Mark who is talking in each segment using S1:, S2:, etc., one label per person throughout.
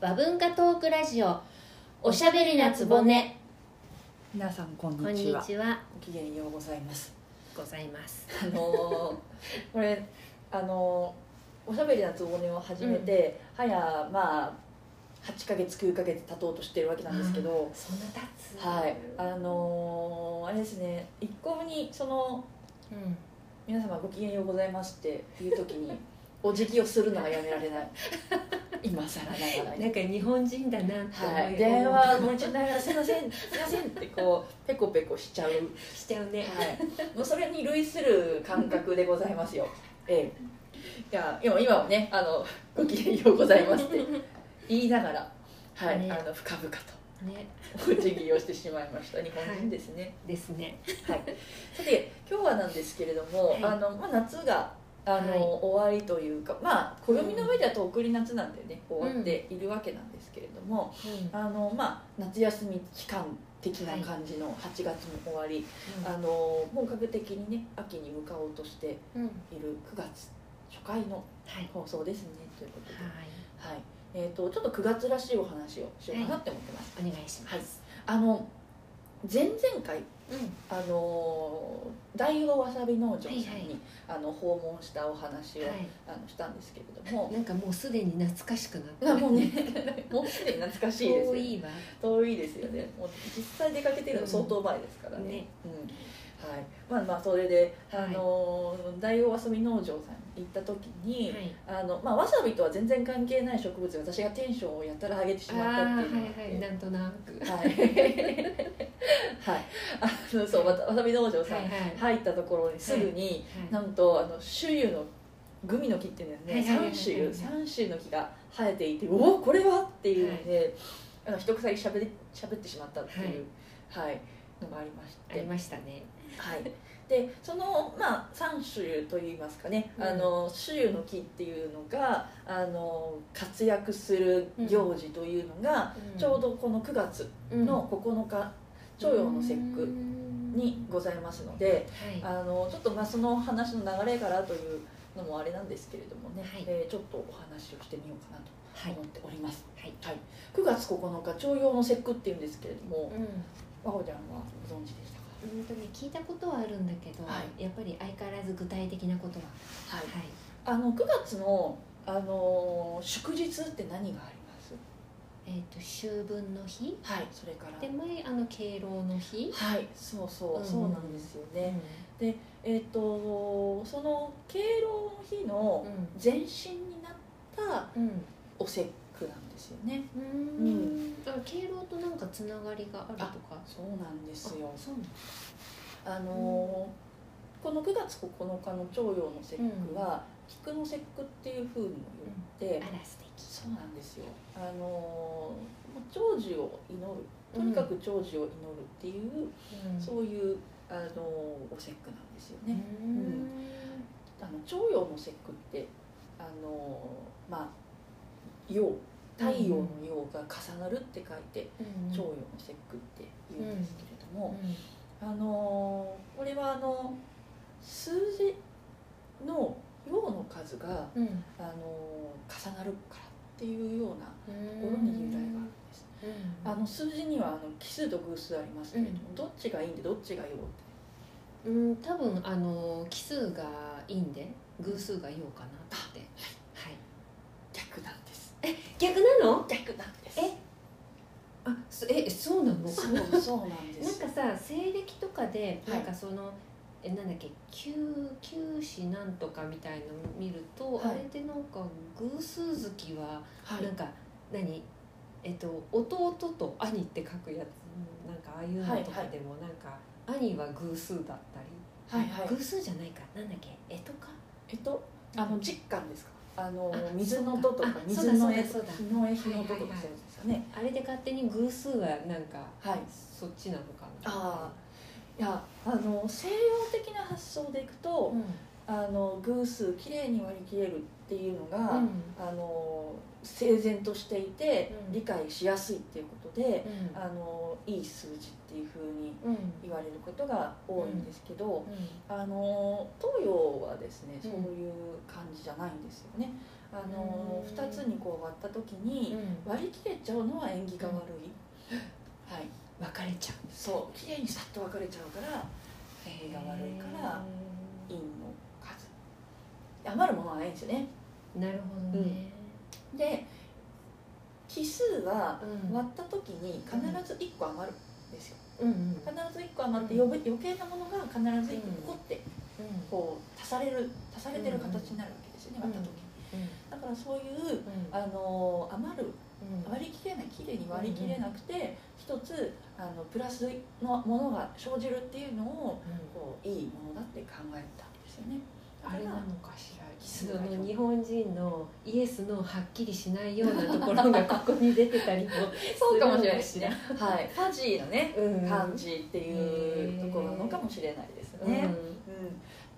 S1: 和文化トークラジオおしゃべりなつぼね
S2: 皆さんこん
S1: こん
S2: に
S1: に
S2: ちは
S1: ちは
S2: ごきげんようございます
S1: ございます
S2: あのー これあのーおしゃべりなつぼねを始めて、はやまあ8ヶ月9ヶ月経とうとしてるわけなんですけど、
S1: そんな経つ
S2: はいあのーあれですね一向にその
S1: うん
S2: 皆様ごきげんようございますっていう時 にお辞儀をするのがやめられない今更ながらに
S1: なんか日本人だなって思
S2: はい、
S1: う
S2: 電話を持ちながら「すいませんすいません」ってこうペコペコしちゃう
S1: しちゃうね
S2: はい、もうそれに類する感覚でございま すよ。ええ、いやでも今もねあの「ごきげんようございま す」って言いながら、はい
S1: ね
S2: あの深々と
S1: ね
S2: お辞儀をしてしまいました日本人ですね。
S1: ですね
S2: はい、さて今日はなんですけれども、
S1: はい
S2: あのまあ、夏があの、
S1: はい
S2: 終わりというかまあ暦の上ではとっくり夏なんでね終わっているわけなんですけれども、あのまあ、夏休み期間的な感じの8月も終わり、あの本格的にね秋に向かおうとして
S1: うんはい
S2: いる9月初回の
S1: はい
S2: 放送ですねということで、はいえー、とちょっと9月らしいお話をしようかなって思ってます、
S1: お願いします
S2: あの前々回
S1: うん
S2: あの大王わさび農場さんに、
S1: はいはい
S2: あの訪問したお話を、
S1: は
S2: あのしたんですけれども
S1: いなんかもうすでに懐かしくなって
S2: なもうね もうすでに懐かしいですよ
S1: 遠いわ
S2: 遠いですよねもう実際出かけてるの相当前ですから
S1: う
S2: ね,、うんん
S1: ね
S2: はい、まあまあそれで、
S1: はい
S2: あのー大王わさび農場さんに行った時に、
S1: はい
S2: あのまあ、わさびとは全然関係ない植物私がテンションをやたら上げてし
S1: あー
S2: まった
S1: は
S2: っ
S1: い
S2: ていうのがあって
S1: はいなんとなく
S2: はいはいあのそうわたわさび農場さ
S1: はい
S2: ん
S1: はい
S2: 入ったところにすぐに、なんとあの種油のグミの木っていうんで
S1: はい
S2: すね
S1: はいはいはい
S2: 3種3種の木が生えていて「おおこれは!」っていうので、あの一口しゃべりしゃべってしまったっていう、はいのがありまし
S1: あ
S2: て
S1: り、ましたね
S2: はい、でその、まあ、3種油といいますかね、
S1: うん
S2: あの種油の木っていうのがあの活躍する行事というのが、ちょうどこの9月の9日
S1: 徴
S2: 朝
S1: 用
S2: 陽の節句にございますので。
S1: はい
S2: あのちょっとまあその話の流れからというのもあれなんですけれどもね、
S1: はい
S2: えーちょっとお話をしてみようかなと
S1: はい
S2: 思っております、
S1: はい
S2: 9月9日徴用の節句っていうんですけれども
S1: うん
S2: 和穂ちゃんはご存知でしたか
S1: うんとね聞いたことはあるんだけど、
S2: は
S1: やっぱり相変わらず具体的なことは、
S2: はい
S1: はい、
S2: あの9月の、あのー祝日って何があります
S1: えっ、と秋分の日
S2: はいそれから
S1: で前あの敬老の日、
S2: はいそうそう、
S1: うん
S2: そうなんですよ
S1: うん
S2: ね、えっ、とその敬老の日の前身になった
S1: うんうん
S2: お節句なんですよね
S1: うーんだから敬老となんかつながりがあるとか
S2: そうなんですよ
S1: あそうなんだ
S2: あのーこの9月9日の朝陽の節句は、菊の節句っていう風にも言って、
S1: あら素敵
S2: そうなんですよあのーもう長寿を祈るとにかく長寿を祈るっていう、
S1: うん
S2: そういうあのーお節句なんですよ
S1: う
S2: ね、
S1: ーん
S2: あの朝陽の節句ってあのーまあ陽太陽の陽が重なるって書いて、
S1: うん
S2: 朝陽の節句って言うんですけれども、あのーこれはあの数字の陽の数が、
S1: うん
S2: あのー重なるからっていうような
S1: うん
S2: ところに由来があるんです、
S1: うん
S2: あの数字にはあの奇数と偶数ありますけれども、どっちがいいんでどっちが陽って
S1: うん多分あの奇数がいいんで偶数がようかなってはい
S2: 逆なんです
S1: 逆なの
S2: 逆なんです
S1: えあそえそうなのなんか
S2: そうそうなんです
S1: さ西暦とかで
S2: はい
S1: なんかその、えなんだっけ旧旧史なんとかみたいの見ると、
S2: はい
S1: あれでなんか偶数月は
S2: はい
S1: なんか、何えっと弟と兄って書くやつなんかああいうのとかでもなんか、兄は偶数だったり、
S2: はいはい
S1: 偶数じゃないかなんだっけえとか
S2: えっとあの実感ですかあの
S1: あ
S2: 水の音と
S1: そ
S2: か
S1: うかあ
S2: 水の絵
S1: そうだそうだ
S2: 日の絵日の音とかそういうやつですかね
S1: あれで勝手に偶数はなんか
S2: はい
S1: そっちなのかな
S2: ああいやあの西洋的な発想でいくと、
S1: うん
S2: あの偶数きれいに割り切れるっていうのが、
S1: うん
S2: あの整然としていて、
S1: うん
S2: 理解しやすいっていうことで、
S1: うん
S2: あのいい数字っていうふうに
S1: うん
S2: 言われることが多いんですけど、
S1: うん
S2: あの東洋はですね
S1: う
S2: そ
S1: ん
S2: ういう感じじゃないんですよね。あの
S1: うん
S2: 2つにこう割った時に割り切れちゃうのは縁起が悪い、はい
S1: 別れちゃう
S2: そう綺麗にさっと別れちゃうから縁起が悪いから陰の数余るものはないんですよね
S1: なるほどね、
S2: で奇数は
S1: うん
S2: 割った時に必ず1個余るんですよ
S1: うんうん
S2: 必ず1個余って余余計なものが必ず1個ポコってこう足される足されてる形になるわけですよね
S1: うん
S2: 割った時にだからそういう
S1: うん
S2: あの余る
S1: うん
S2: 割り切れない綺麗に割り切れなくて一つあのプラスのものが生じるっていうのをこういいものだって考えたんですよねだ
S1: あ
S2: か
S1: れな
S2: ら
S1: のかしら
S2: 奇
S1: そ
S2: 数が
S1: の日本人のイエスのはっきりしないようなところがここに出てたりも
S2: そうかもしれないですね
S1: す
S2: はいファジーのね
S1: うん
S2: 感じっていうところなのかもしれないですね、うん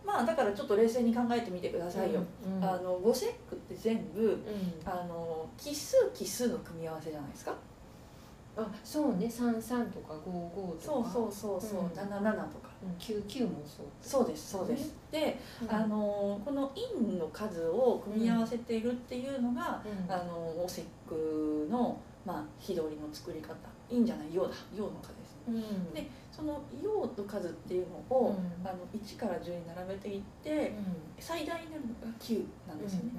S2: まあだからちょっと冷静に考えてみてくださいよ、
S1: うん
S2: あの五節句って全部
S1: うん
S2: あの奇数奇数の組み合わせじゃないですか
S1: あそうね三三とか五五とか
S2: そうそうそうそう、
S1: うん
S2: 七七とか
S1: うん九九もそう
S2: そうですそうです、で、
S1: うん
S2: あのこの「陰」の数を組み合わせているっていうのが、
S1: うん
S2: あのお節句の、まあ、日取りの作り方「陰」じゃない「陽」だ「陽」の数ですね
S1: うん
S2: でその「陽」の数っていうの
S1: うん
S2: を、あの1から10に並べていって、最大になるのが9なんですよね、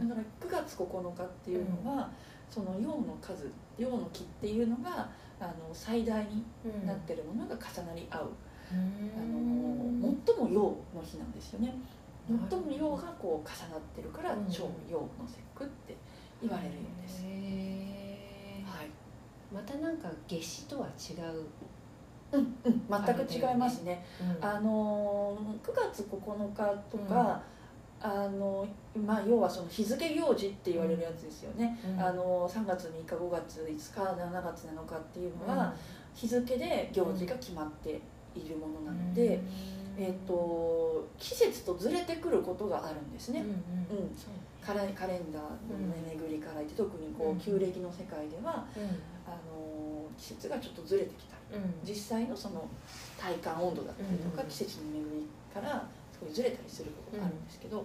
S1: うん
S2: だから9月9日っていうのは、その陽の数陽の木っていうのがあの最大に
S1: うん
S2: なってるものが重なり合う、
S1: うん
S2: あの最も陽の日なんですよね最も陽がこう重なってるから
S1: うん
S2: 超陽の節句って言われるようです、
S1: へー
S2: はい
S1: またなんか夏至とは違う
S2: うんうん、全く違いますね
S1: うん
S2: あのー9月9日とか、あのまあ、要はその日付行事って言われるやつですよね、
S1: うん
S2: あの3月3日5月5日7月7日っていうのは日付で行事が決まっているものなので、えっ、と季節とずれてくることがあるんです
S1: うん
S2: ね、
S1: うん
S2: うん
S1: そ
S2: カレカレンダーの巡りからいて特にこ
S1: うん
S2: う旧暦の世界では
S1: うね
S2: あの季節がちょっとずれてきたり
S1: うんうん
S2: 実際のその体感温度だったりとか
S1: うん
S2: 季節の巡りから少しずれたりすることがあるんですけど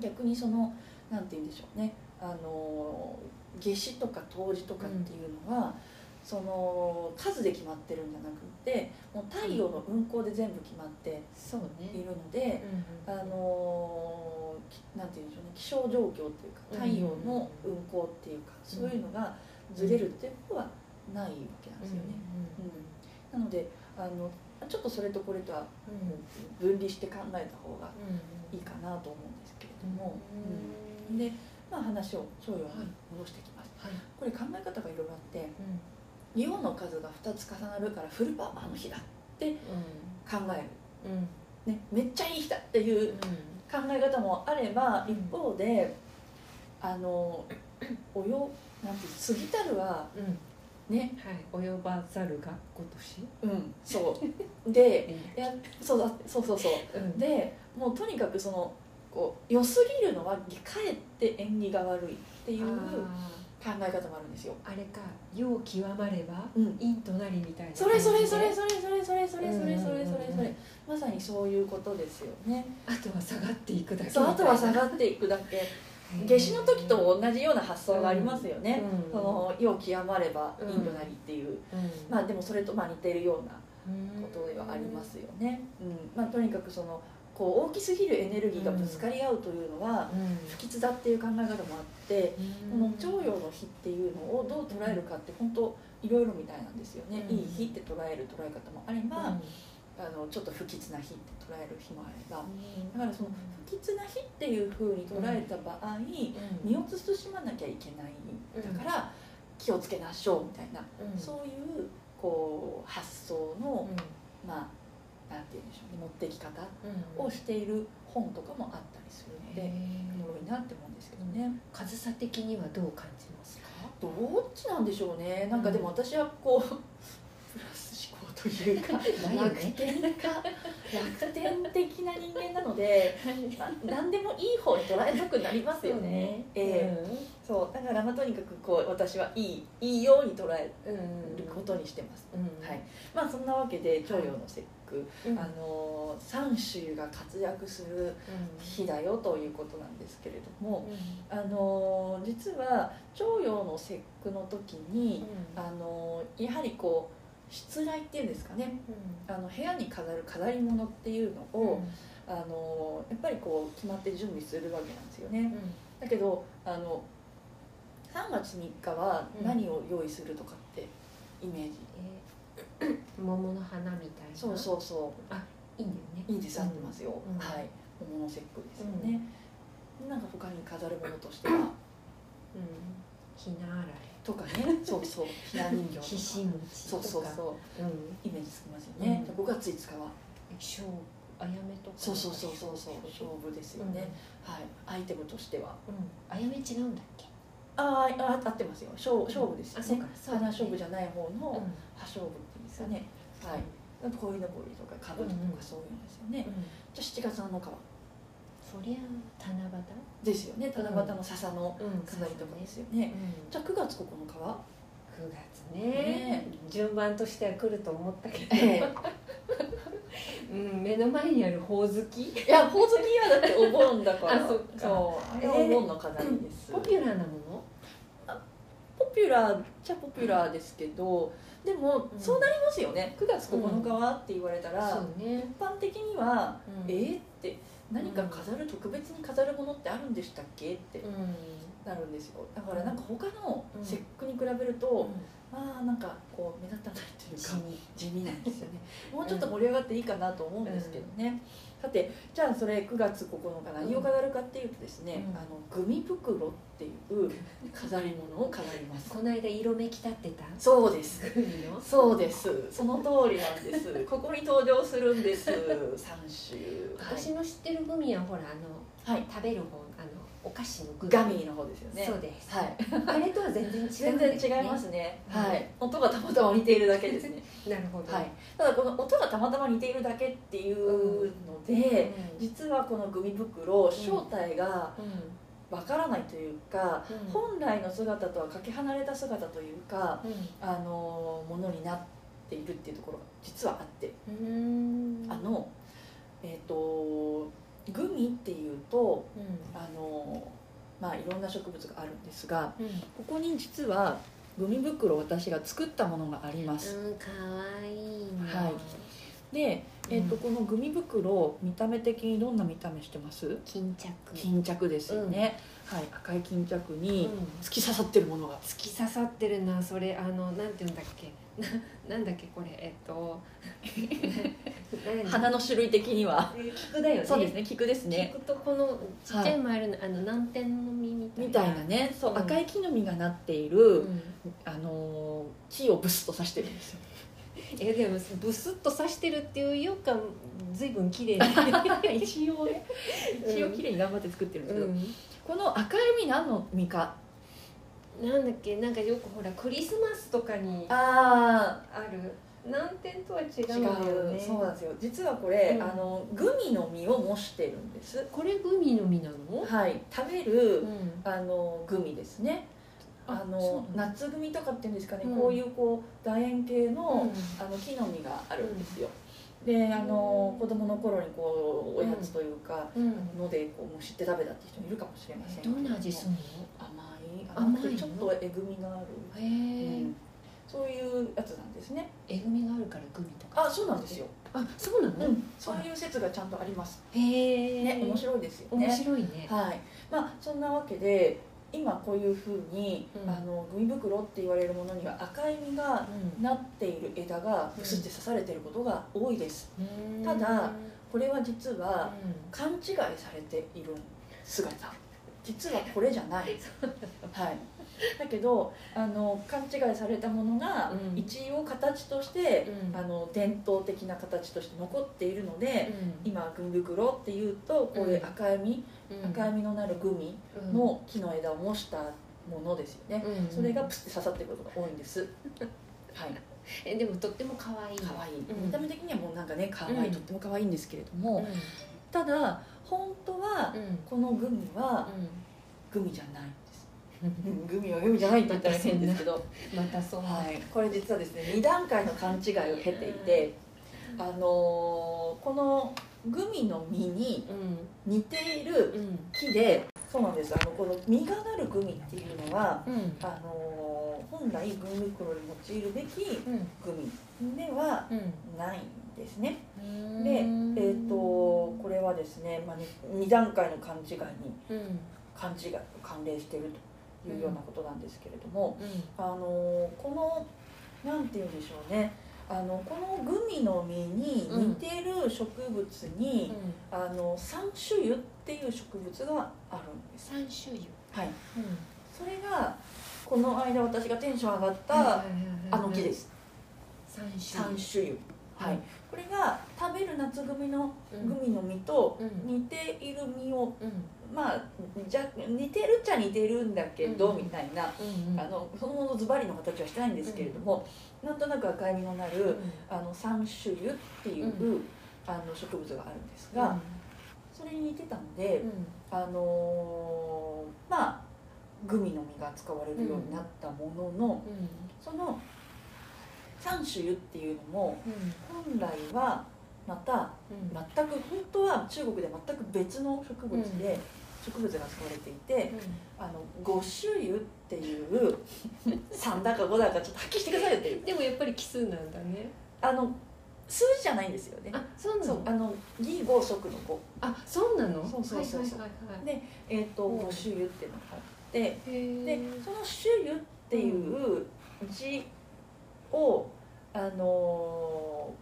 S2: 逆にそのなんて言うんでしょうねあの夏至とか冬至とかっていうのはその数で決まってるんじゃなくてもう太陽の運行で全部決まって
S1: そう
S2: い
S1: ね
S2: るので
S1: うん
S2: あのきなんて言うんでしょうね気象状況というか太陽の運行っていうかそういうのがずれるっていうことはないわけなんですよね。うん、なのであのちょっとそれとこれとは
S1: うんうん
S2: 分離して考えた方が
S1: うん
S2: いいかなと思うんですけれども、
S1: う
S2: うん
S1: ん
S2: で、まあ、話を商用に
S1: はい
S2: 戻してきます、
S1: はい
S2: これ考え方がいろいろあってイオンの数が2つ重なるからフルパワーの日だ考え
S1: うんうん
S2: る、ね、めっちゃいい日だっていう考え方もあれば
S1: うん
S2: 一方であのおよなんて過ぎたるは
S1: うんうん
S2: ね
S1: はい及ばざるが今年
S2: うんそうでいやそうだそうそうそう
S1: うん
S2: でもうとにかくそのこう良すぎるのはかえって縁起が悪いっていう考
S1: あ
S2: え方もあるんですよ。
S1: ーあれかよう極まれば
S2: うん
S1: 陰となりみたいな
S2: それそれそれ
S1: 感じで
S2: それそれそれそれそれそれそれ
S1: うんうん
S2: それ
S1: うんうん
S2: まさにそういうことですよね。
S1: あとは下がっていくだけ
S2: そうあとは下
S1: が
S2: がっていくだけ夏至の時と同じような発想がありますよね。
S1: うん
S2: そのよう極まれば
S1: うん
S2: 陰となりっていう、
S1: うん
S2: まあでもそれとまあ似てるような
S1: うん
S2: ことではありますよね。うんまあ、とにかくそのこう大きすぎるエネルギーがぶつかり合うというのは
S1: うん
S2: 不吉だっていう考え方もあってこの
S1: うん
S2: 徴用の日っていうのをどう捉えるかって本当いろいろみたいなんですよね、
S1: うん
S2: いい日って捉える捉え方もあれば、
S1: うん
S2: あのちょっと不吉な日って捉える日もあればだ
S1: だ
S2: からその不吉な日っていうふうに捉えた場合、身を慎まなきゃいけないだから気をつけましょうみたいな、そういうこう発想の、まあなんて言うんでしょうね持ってき方をしている本とかもあったりするので。おもろいなって思うんですけどね。
S1: 数差的にはどう感じますか
S2: どっちなんでしょうね。なんかでも私はこう、プラス思考とというか
S1: だよ
S2: 楽
S1: ね
S2: 天か楽天的な人間なので、まあ、何でもいい方に捉えたくなりますよね。ええそうだからまあとにかくこう私はいいいいように捉え
S1: うん
S2: ることにしてます。
S1: うん
S2: はい、まあそんなわけで長陽の節句、
S1: うん
S2: あの三州が活躍する日だよということなんですけれども、あの実は長陽の節句の時
S1: うん
S2: に、あのやはりこう出来っていうんですかねあの部屋に飾る飾り物っていうの
S1: うん
S2: を、あのやっぱりこう決まって準備するわけなんですよね。
S1: うん
S2: だけどあの3月3日は何を用意するとかってイメージ、
S1: えー桃の花みたいな
S2: そうそうそう
S1: いいんだよね
S2: いいデザインってますよ、
S1: うん
S2: はい桃の節句ですよね、なんか他に飾るものとしては
S1: うんひなあられ
S2: とかねそうそうひ な人形とか
S1: ひしむち
S2: そうそうそう
S1: う、うん、
S2: イメージつきますよね、
S1: うん
S2: じゃあ5月5日は
S1: しょうあやめとか
S2: そうそうそうそうそう勝負ですよね、はいアイテムとしては
S1: うん、うん、あやめ違うんだっけ
S2: あーあ合ってますよ勝勝負です
S1: あ
S2: よ
S1: そう
S2: ね
S1: か
S2: 花勝負じゃない方
S1: ゃ
S2: の
S1: ん
S2: 葉勝負っていうんですかね、はいあと鯉のぼりとかかぶとかそういうのですよね、
S1: うん、
S2: じゃあ7月7日は
S1: そりゃ七
S2: ですよね七夕の笹の
S1: 夕うん
S2: 飾りとかですよ
S1: う
S2: ね、
S1: ん
S2: じゃあ9月9日は
S1: 九月ね
S2: ね
S1: 順番としては来ると思ったけど、
S2: え
S1: うん、目の前にあるほおずき
S2: いや、ほおずきはだってお盆だから。
S1: あそっか
S2: そうあれはお盆の飾りです。
S1: ポピュラーなも
S2: ポピュラーっちゃポピュラーですけど、でも、
S1: うん
S2: そうなりますよね。9月9日はって言われた
S1: の
S2: ら、
S1: そうね、
S2: 一般的には、
S1: うん、
S2: えーって何か飾る、特別に飾るものってあるんでしたっけって
S1: うん
S2: なるんですよ。だからなんか他の節句に比べると、まあなんかこう目立たないという
S1: 地
S2: か。
S1: 味
S2: 地味なんですよね。もうちょっと盛り上がっていいかなと思うんですけどね。さて、じゃあそれ9月9日何を飾るかっていうとですね、
S1: うん
S2: あのグミ袋って いう飾り物を飾ります。
S1: この間色めき立ってた
S2: そうです。
S1: グミの
S2: そうです。その通りなん です。ここに登場するんです。三種。
S1: 私の知ってるグミはほらあの
S2: はい、はい、
S1: 食べる方あのお菓子のグミ
S2: ガミーの方ですよね。
S1: そうです、
S2: はい、
S1: あれとは全然違うんです
S2: 全
S1: ね
S2: 然違いますね。
S1: うん
S2: はい、音がたまたま似ているだけですね。
S1: なるほど、
S2: はい、ただこの音がたまたま似ているだけっていうので、
S1: う
S2: 実はこのグミ袋正体が
S1: んうん
S2: わからないというか、本来の姿とはかけ離れた姿というか、あのものになっているっていうところが実はあって、
S1: うんうん
S2: あのえっ、とグミっていうと
S1: うん
S2: あのまあいろんな植物があるんですが
S1: う
S2: ここに実はグミ袋を私が作ったものがあります。
S1: ん、うん、かわいいな
S2: はいで、えっと
S1: うん
S2: このグミ袋見た目的にどんな見た目してます
S1: 巾着
S2: 巾着ですよね、はい赤い巾着に
S1: うん
S2: 突き刺さってるものが、
S1: 突き刺さってるなそれあのなんていうんだっけ ななんだっけこれえっ と何
S2: 花の種類的には
S1: 菊だよね
S2: そうですね菊ですね
S1: 聞くとこのちっちゃい丸の、あの南天の実みたいな
S2: みたいなねそう、
S1: うん
S2: 赤い木の実がなっていうる、
S1: ん、
S2: あのー木をブスッと刺してるんですよ
S1: えでもブスッと刺してるっていうよりか随分綺麗な
S2: 一応ね一応綺麗に頑張って作ってるんですけど、この赤い実何の実か
S1: なんだっけなんかよくほらクリスマスとかにあ
S2: ああ
S1: る南天とは違う
S2: 違
S1: んだよ
S2: う
S1: ね
S2: そうなんですよ実はこれ、
S1: うん
S2: あのグミの実を模してるんです
S1: これグミの実なの、
S2: はい食べる、
S1: ん、
S2: あのグミですねあ
S1: そう
S2: の
S1: なんだ
S2: 夏組とかっていうんですかね、
S1: うん
S2: こういうこう楕円形
S1: う
S2: の,、
S1: ん
S2: あの木の実があるんですよ、であの子供の頃にこうおやつというか、
S1: うん
S2: のでこうむしって食べたって人もいるかもしれませんけ
S1: ど
S2: れど
S1: ん
S2: も
S1: な味するの
S2: 甘い
S1: 甘いの
S2: 甘くてちょっとえぐみがある、
S1: へ
S2: うんそういうやつなんですね
S1: えぐみがあるからグミとか
S2: あそうなんですよ、
S1: あそうな
S2: う
S1: の、
S2: ん、そういう説がちゃんとあります
S1: へえ
S2: ね面白いですよね
S1: 面白いね
S2: はい、まあそんなわけで今こういうふうに、
S1: うん
S2: あのグミ袋って言われるものには赤い実がなっている枝が
S1: うん
S2: ブスって刺されてることが多いです
S1: うん
S2: ただ
S1: うん
S2: これは実は
S1: う
S2: 勘違いされている姿実はこれじゃないはいだけどあの勘違いされたものが
S1: うん
S2: 一応形として、
S1: うん
S2: あの伝統的な形として残っているので、
S1: ん
S2: 今グミ袋っていうとこういう赤い実、
S1: うん
S2: 赤い実のなるグミ、
S1: うん
S2: の木の枝を模したものですよね、
S1: うん
S2: それがプスって刺さってることが多いんですはい
S1: えでもとっても可愛い
S2: 可愛い
S1: うん
S2: 見た目的にはもうなんかね可愛い、
S1: うん
S2: とっても可愛いんですけれど
S1: うん
S2: も、ただ本当は
S1: うん
S2: このグミは
S1: う
S2: グミじゃないんです、
S1: ん
S2: グミはグミじゃないって言ったら変ですけど
S1: またそんな、
S2: はい、これ実はですね2段階の勘違いを経ていて、あのーこのグミの実に
S1: うん
S2: 似ている
S1: うん
S2: 木でそうなんですあのこの実がなるグミっていうのは
S1: うん
S2: あのー本来グミ袋に用いるべき
S1: うん
S2: グミでは
S1: うん
S2: ないんですね。
S1: うん
S2: で、えー、とこれはですね、まあ、2段階の勘違いに
S1: うんうん
S2: 勘違い関連しているというようなことなんですけれども。あのこのなんて言うんでしょうねあのこのグミの実に似てる植物
S1: う
S2: に、
S1: ん
S2: あの三種油っていう植物があるんです、
S1: 三種類
S2: はい、
S1: うん
S2: それがこの間私がテンション上がった、
S1: はいはいはい
S2: あの木です
S1: 三種
S2: 三
S1: 類
S2: 種油はい、これが食べる夏グミの
S1: うん
S2: グミの実と
S1: うん
S2: 似ている実を
S1: うん
S2: まあじゃ似てるっちゃ似てるんだけど、
S1: うん
S2: みたいな
S1: うんうん
S2: あのそのものズバリの形はしてないんですけれども、なんとなく赤い実のなる、あの三種油っていう、
S1: う
S2: あの植物があるんですが、それに似てたので、
S1: うん
S2: あのーまあグミの実が使われるようになったものの、
S1: うん
S2: その三種油っていうのも
S1: うん
S2: 本来はまた
S1: うん
S2: 全く本当は中国では全く別の植物で、
S1: う
S2: 植物が使われていて
S1: うん
S2: あの五種油っていう3だか5だかちょっとはっきりしてくださいよっていう
S1: でもやっぱり奇数なんだね
S2: あの数字じゃないんですよね
S1: あそうな
S2: そう
S1: の
S2: あの義五足の五
S1: あそうなの
S2: そうそうそうそう
S1: はいはいはいは
S2: でえっ、と
S1: うん
S2: 五種油っていうのがあって
S1: いへ
S2: でその種油っていう字を、あのー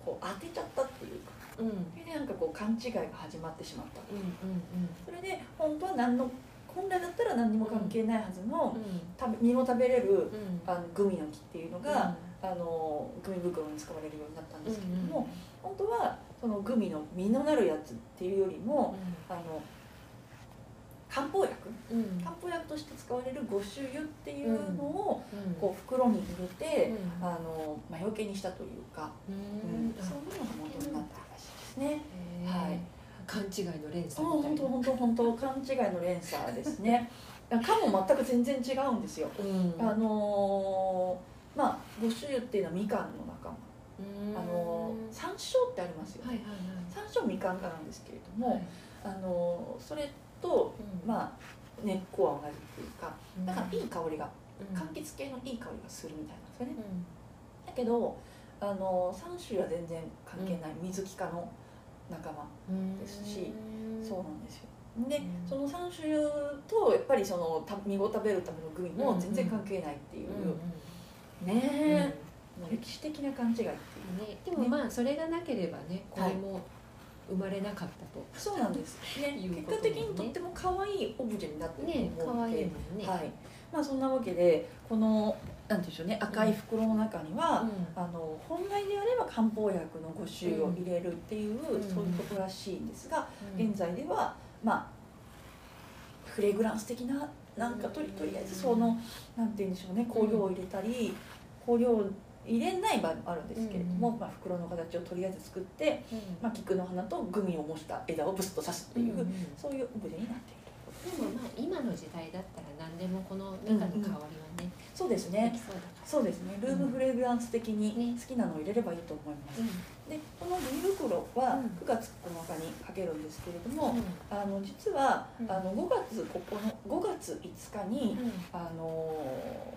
S2: こう当てちゃったっていうか
S1: うんうん
S2: それでなんかこう勘違いが始まってしまった
S1: うんう
S2: それで本当は何の本来だったら何にも関係ないはずの
S1: んうん
S2: 食べ実も食べれる
S1: うん
S2: あのグミの木っていうのが、あのーグミ袋に使われるようになったんですけれども、本当はそのグミの実のなるやつっていうよりも、あの漢方薬
S1: うんうん
S2: 漢方薬として使われる五種油っていうのを
S1: うん
S2: こう袋に入れて、
S1: うん
S2: あの魔除けにしたというか、
S1: う
S2: うん
S1: ん
S2: そういうのが元になった話ですね。
S1: へー
S2: はい
S1: 勘違いの連
S2: そ
S1: 鎖
S2: う
S1: みたい
S2: 本
S1: な
S2: 当本当本当勘違いの連鎖で すね。かも全く全然違うんですよ。
S1: うん
S2: あのーまあ五種油っていうのはみかんの仲間、
S1: うん
S2: あのー山椒ってありますよ、
S1: はいはい
S2: 山椒みかん科なんですけれど
S1: はい
S2: も、あのーそれと
S1: あ
S2: まあ根っこは同じっていうかだからいい香りが柑橘系のいい香りがするみたいなんですよねだけどあの3種は全然関係ない水木科の仲間、ですしそうなんですよで
S1: うん
S2: その3種とやっぱりそのた実を食べるためのグミ
S1: うん
S2: も全然関係ないっていうう、
S1: ん
S2: ねえ、もう歴史的な勘違いっていう
S1: ねでもまあそれがなければねこれも生まれなかったと
S2: そうなんです、ね、
S1: いうことも
S2: 結果
S1: ね
S2: 的にとっても可愛いオブジェになってる
S1: ね
S2: と
S1: 可
S2: 思うので
S1: 愛いもんね
S2: はいまあ、そんなわけでこのなんていうんでしょうね赤い袋の中には、
S1: うん
S2: あの本来であれば漢方薬の5種を入れるっていう、
S1: ん
S2: そういうことらしいんですが、
S1: うん
S2: 現在ではまあフレグランス的ななんかとり
S1: うん
S2: とりあえずそのなんて言うんでしょうね香料を入れたり香料を入れない場合もあるんですけれども、
S1: うん
S2: まあ、袋の形をとりあえず作って、
S1: うん
S2: まあ、菊の花とグミを模した枝をブスッと刺すって
S1: う
S2: い
S1: ん
S2: う、
S1: うんで
S2: そういうオブジェになっていると
S1: もまあ今の時代だったら何でもこの中の香りはね
S2: そうです
S1: で
S2: ね
S1: きそうだか
S2: そうですねルームフレグランス的に
S1: ね
S2: 好きなのを入れればいいと思います
S1: ら。うん
S2: でこのビニ袋は
S1: うん
S2: 9月9日にかけるんですけれども、
S1: う
S2: あの実は、
S1: うん
S2: あの5月ここの5月5日に、
S1: ん
S2: あの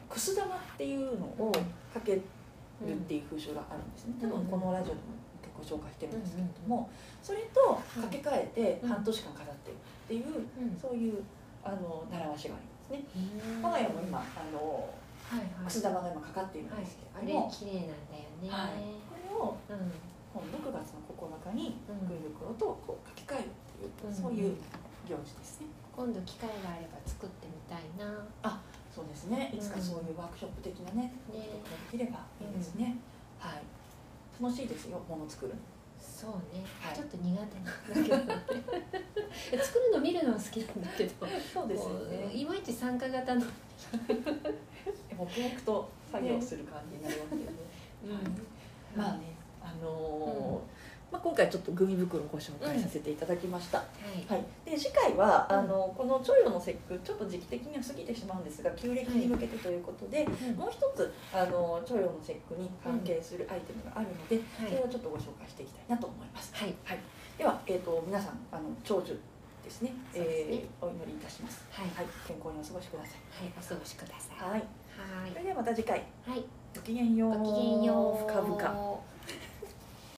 S2: ーくす玉っていうのをかけるっていう風習があるんですね、
S1: うん
S2: 多分このラジオでも結構紹介してるんですけれども、それと掛け替え
S1: う
S2: て
S1: ん
S2: 半年間飾ってるっていう、
S1: うんうん
S2: そういうあの習わしがありますね。
S1: うん
S2: 我が家も今あの
S1: はいはい
S2: くす玉が今かかっているん
S1: はい
S2: ですけ
S1: あ
S2: れ
S1: れ
S2: ども、
S1: 綺麗なんだよね
S2: はいこれを
S1: うん
S2: 今度9月の9日に
S1: うん
S2: グミ袋とこう掛け替えるっていう、
S1: うん
S2: そういう行事ですね。
S1: 今度機会があれば作ってみたいな
S2: そうですね。いつかそういうワークショップ的なね、
S1: うんね
S2: ことができればいいですね。はい。楽しいですよ、もの作るの。
S1: そうね、
S2: はい
S1: ちょっと苦手なんだけど 作るの見るのは好きなんだけど
S2: そうですよ
S1: こう
S2: ね。
S1: いまいち参加型の
S2: 黙々と作業する感じになるわけでね。
S1: うん
S2: まあねあのーまあ、今回ちょっとグミ袋をご紹介させていただきました、
S1: はい
S2: はい、で次回は、
S1: うん
S2: あのこの著書の節句ちょっと時期的には過ぎてしまうんですが旧暦に向けてということで、もう一つあの著書の節句に関係するアイテムがあるので、
S1: は
S2: それ
S1: い
S2: をちょっとご紹介していきたいなと思います
S1: はい
S2: では、えー、と皆さんあの長寿ですね
S1: そうですね
S2: えーお祈りいたします
S1: はい
S2: はい健康にお過ごしください
S1: はいお過ごしください
S2: はい
S1: は
S2: そ
S1: い
S2: れではまた次回
S1: はい
S2: ごきげんよう
S1: ごきげんよう
S2: 深々
S1: う